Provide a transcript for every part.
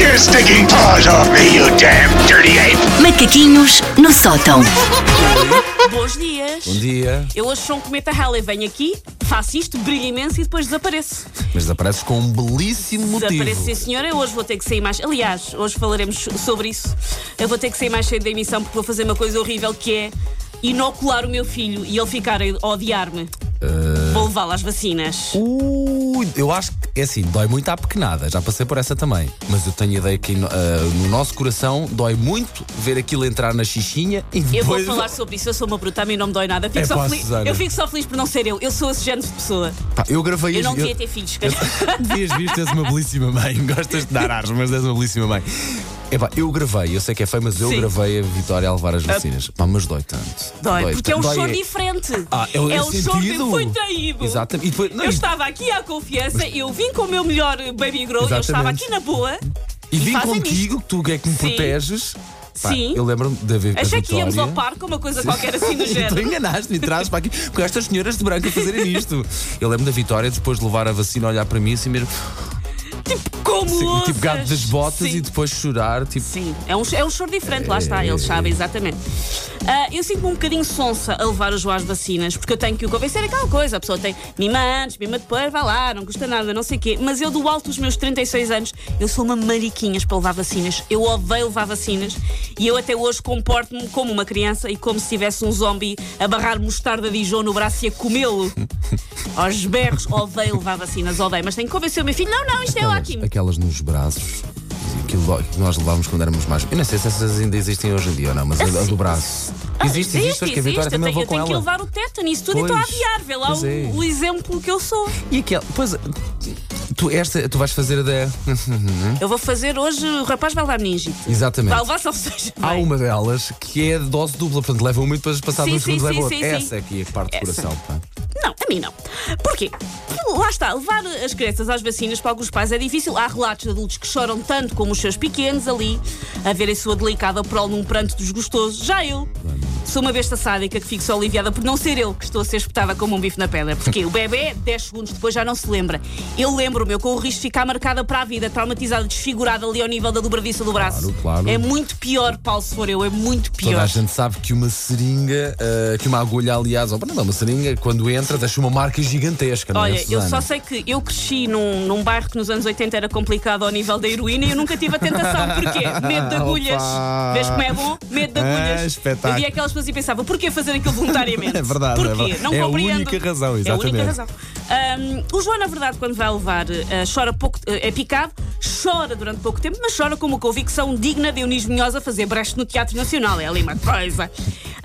your stinking paws off me, you damn dirty ape! Macaquinhos no sótão. Bons dias. Bom dia. Eu hoje sou um cometa Halley, venho aqui, faço isto, brilho imenso e depois desapareço. Mas apareces com um belíssimo motivo. Desapareço, sim senhora, eu hoje vou ter que sair mais. Aliás, hoje falaremos sobre isso. Eu vou ter que sair mais cedo da emissão porque vou fazer uma coisa horrível que é inocular o meu filho e ele ficar a odiar-me. Eh, Vou levá-lo às vacinas. Ui, eu acho que, é assim, dói muito à pequenada. Já passei por essa também. Mas eu tenho a ideia que no, ah, no nosso coração dói muito ver aquilo entrar na xixinha e Eu vou depois. falar sobre isso, eu sou uma bruta, a mim não me dói nada. Fico É só pá, feliz. Susana. Eu fico só feliz por não ser eu. Eu sou esse género de pessoa. Pá, eu gravei Eu este- não devia ter filhos, se calhar. Devias visto, és uma belíssima mãe. Gostas de dar ares, mas és uma belíssima mãe. Epá, eu gravei, eu sei que é feio, mas eu Sim. Ah. gravei a Vitória a levar as vacinas. Pá, mas dói tanto. Dói, porque é um tanto. show Dói- diferente. Ah, é o é um show de sentido. fui traído. Exatamente. E depois, não, é Eu e- estava aqui à confiança, eu vim com o meu melhor baby grow, eu Exatamente. estava aqui na boa. E vim fazem contigo, que tu é que me Sim. proteges. Sim. Eu lembro-me de haver. Achei que íamos ao parque, uma coisa qualquer assim do tu género. enganaste-me, trazes para aqui com estas senhoras de branco a fazerem isto. Eu lembro da Vitória depois de levar a vacina, olhar para mim assim mesmo, Tipo, como ousas? tipo gato das botas Sim. e depois chorar, tipo. Sim, é um, é um choro diferente, lá está, eles sabem exatamente. Ah, eu sinto-me um bocadinho sonsa a levar o João às vacinas, porque eu tenho que o convencer a aquela coisa. A pessoa tem mima antes, mima depois, vá lá, não custa nada, não sei o quê. Mas eu, do alto dos meus 36 anos, eu sou uma mariquinhas para levar vacinas. Eu odeio levar vacinas e eu até hoje comporto-me como uma criança e como se tivesse um zombie a barrar mostarda de Dijon no braço e a comê-lo. Aos berros, odeio levar vacinas, odeio. Mas tenho que convencer o meu filho: não, não, isto é aquelas, ótimo. aquelas nos braços. Aquilo dói, que nós levávamos quando éramos mais. Eu não sei se essas ainda existem hoje em dia ou não, mas a, a do braço. Ah, existe, existe, porque a Vitória Eu também tenho, levou eu com tenho que ela. levar o teto nisso tudo e Pois, estou a adiar, vê lá pois o, é. Hum? o exemplo que eu sou. E aquela. Pois. Tu, esta, tu vais fazer a da. Eu vou fazer hoje, o rapaz vai levar meningite. Exatamente. Vai levar só seja. Há bem. uma delas que é de dose dupla, portanto levam muito para passar Sim, dois sim, segundos, sim, levam sim, outra. sim. Essa é que é a parte do Essa. coração. pá. Não, a mim não. Porquê? Lá está, levar as crianças às vacinas para alguns pais é difícil. Há relatos de adultos que choram tanto como os seus pequenos ali, a verem a sua delicada prole num pranto desgostoso. Já eu. Sou uma besta sádica que fico só aliviada por não ser eu que estou a ser espetada como um bife na pedra. Porque o bebê, 10 segundos depois, já não se lembra. Eu lembro-me, eu com o risco de ficar marcada para a vida, traumatizada, desfigurada ali ao nível da dobradiça do braço. Claro, claro. É muito pior, Paulo, se for eu, é muito pior. Toda a gente sabe que uma seringa, ah, que uma agulha, aliás, ou não, é uma seringa, quando entra, deixa uma marca gigantesca, não é, Olha, eu Susana? só sei que eu cresci num, num bairro que nos anos 80 era complicado ao nível da heroína e eu nunca tive a tentação. Porquê? Medo de agulhas. Opa. Vês como é bom? Medo de agulhas. Ah, espetáculo. Eu via aquelas pessoas e pensava, porquê fazer aquilo voluntariamente? É verdade, é Porquê? verdade. Não É a compreendo. única razão, É a única exatamente. razão. Ahm, o João, na verdade, quando vai levar, eh, chora pouco, eh, é picado, chora durante pouco tempo, mas chora com uma convicção digna de Eunice Minhosa fazer brecht no Teatro Nacional. É ali uma coisa.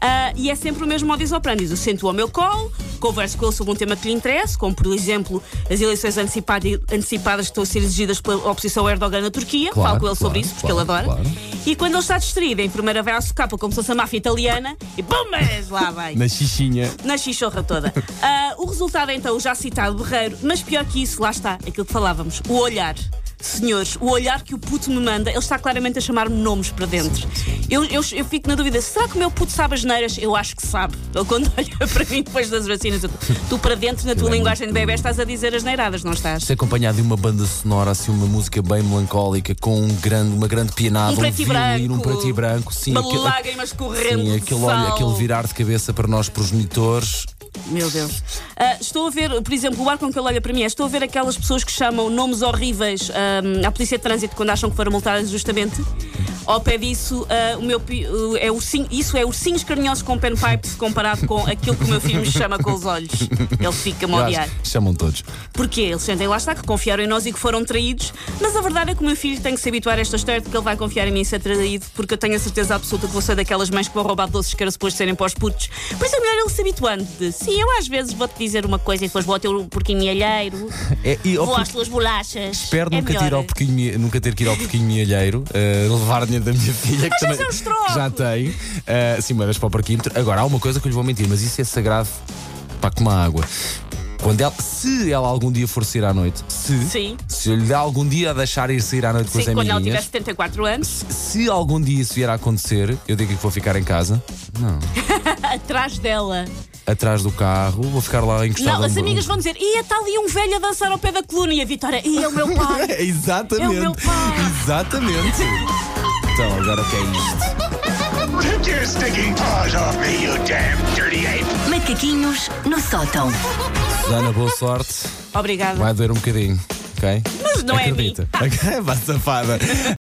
Ah, e é sempre o mesmo modus operandi. Eu sento ao meu colo, converso com ele sobre um tema que lhe interessa, como, por exemplo, as eleições antecipada- antecipadas que estão a ser exigidas pela oposição a Erdogan na Turquia. Claro, Falo com ele sobre claro, isso, porque ele claro, adora. claro. E quando ele está distraído, a enfermeira vai à socapa como se fosse a máfia italiana e bumbas! Lá vai Na xixinha. na xixorra toda. Ah, o resultado é então o já citado berreiro, mas pior que isso, lá está, aquilo que falávamos, o olhar. Senhores, o olhar que o puto me manda, ele está claramente a chamar-me nomes para dentro. Eu, eu, eu fico na dúvida, será que o meu puto sabe as neiras? Eu acho que sabe. Ele quando olha para mim depois das vacinas, eu- tu para dentro, na tua é linguagem de bebê, estás a dizer as neiradas, não estás? Isto é acompanhado de uma banda sonora, assim, uma música bem melancólica, com um grande, uma grande pianada, Um preto e violino, um branco. preto e branco, sim, Uma aquele- lágrima escorrendo sim, de aquele, olho- sal. aquele virar de cabeça para nós progenitores. Meu Deus. Ah, estou a ver, por exemplo, o ar com que ele olha para mim é: estou a ver aquelas pessoas que chamam nomes horríveis ahm, à polícia de trânsito quando acham que foram multadas justamente. Ao pé disso, ah, o meu, pi- o- é ursinho, isso é ursinhos carinhosos com penpipe comparado com aquilo que o meu filho me chama com os olhos. Ele fica-me a Eu odiar. acho- Chamam todos. Porquê? Eles sentem lá está que confiaram em nós e que foram traídos, mas a verdade é que o meu filho tem que se habituar a esta história de que ele vai confiar em mim e ser traído, porque eu tenho a certeza absoluta que vou ser daquelas mães que vão roubar doces que era suposto serem para os putos. Por isso é melhor ele se habituando de sim, eu às vezes vou-te dizer uma coisa e depois vou ao teu porquinho alheiro, É, e, ao vou fim- às tuas bolachas. Espero é nunca, melhor. ter ao porquinho, mi- nunca ter que ir ao porquinho milheiro, uh, levar dinheiro da minha filha, que, Às vezes também- é uns trocos. que já tem, uh, sim, moedas para o parquímetro. Agora, há uma coisa que eu lhe vou mentir, mas isso é sagrado para como a água. Quando ela, se ela algum dia for sair à noite, se, Sim. se eu lhe der algum dia a deixar ir sair à noite com as Sim, quando ela tiver amiguinhas, 74 anos. se algum dia isso vier a acontecer, eu digo que vou ficar em casa. Não. atrás dela. atrás do carro, vou ficar lá encostado. Não, a um- as amigas vão dizer: e está ali um velho a dançar ao pé da coluna. E a Vitória: e é o meu pai. Exatamente. É o meu pai. Exatamente. Então, agora o que é isto? Take your stinking paws off me, you damn dirty ape! Macaquinhos no sótão. Susana, boa sorte. Obrigada. Vai doer um bocadinho, ok? Mas não é a mim. Acredita. Ok, vá safada.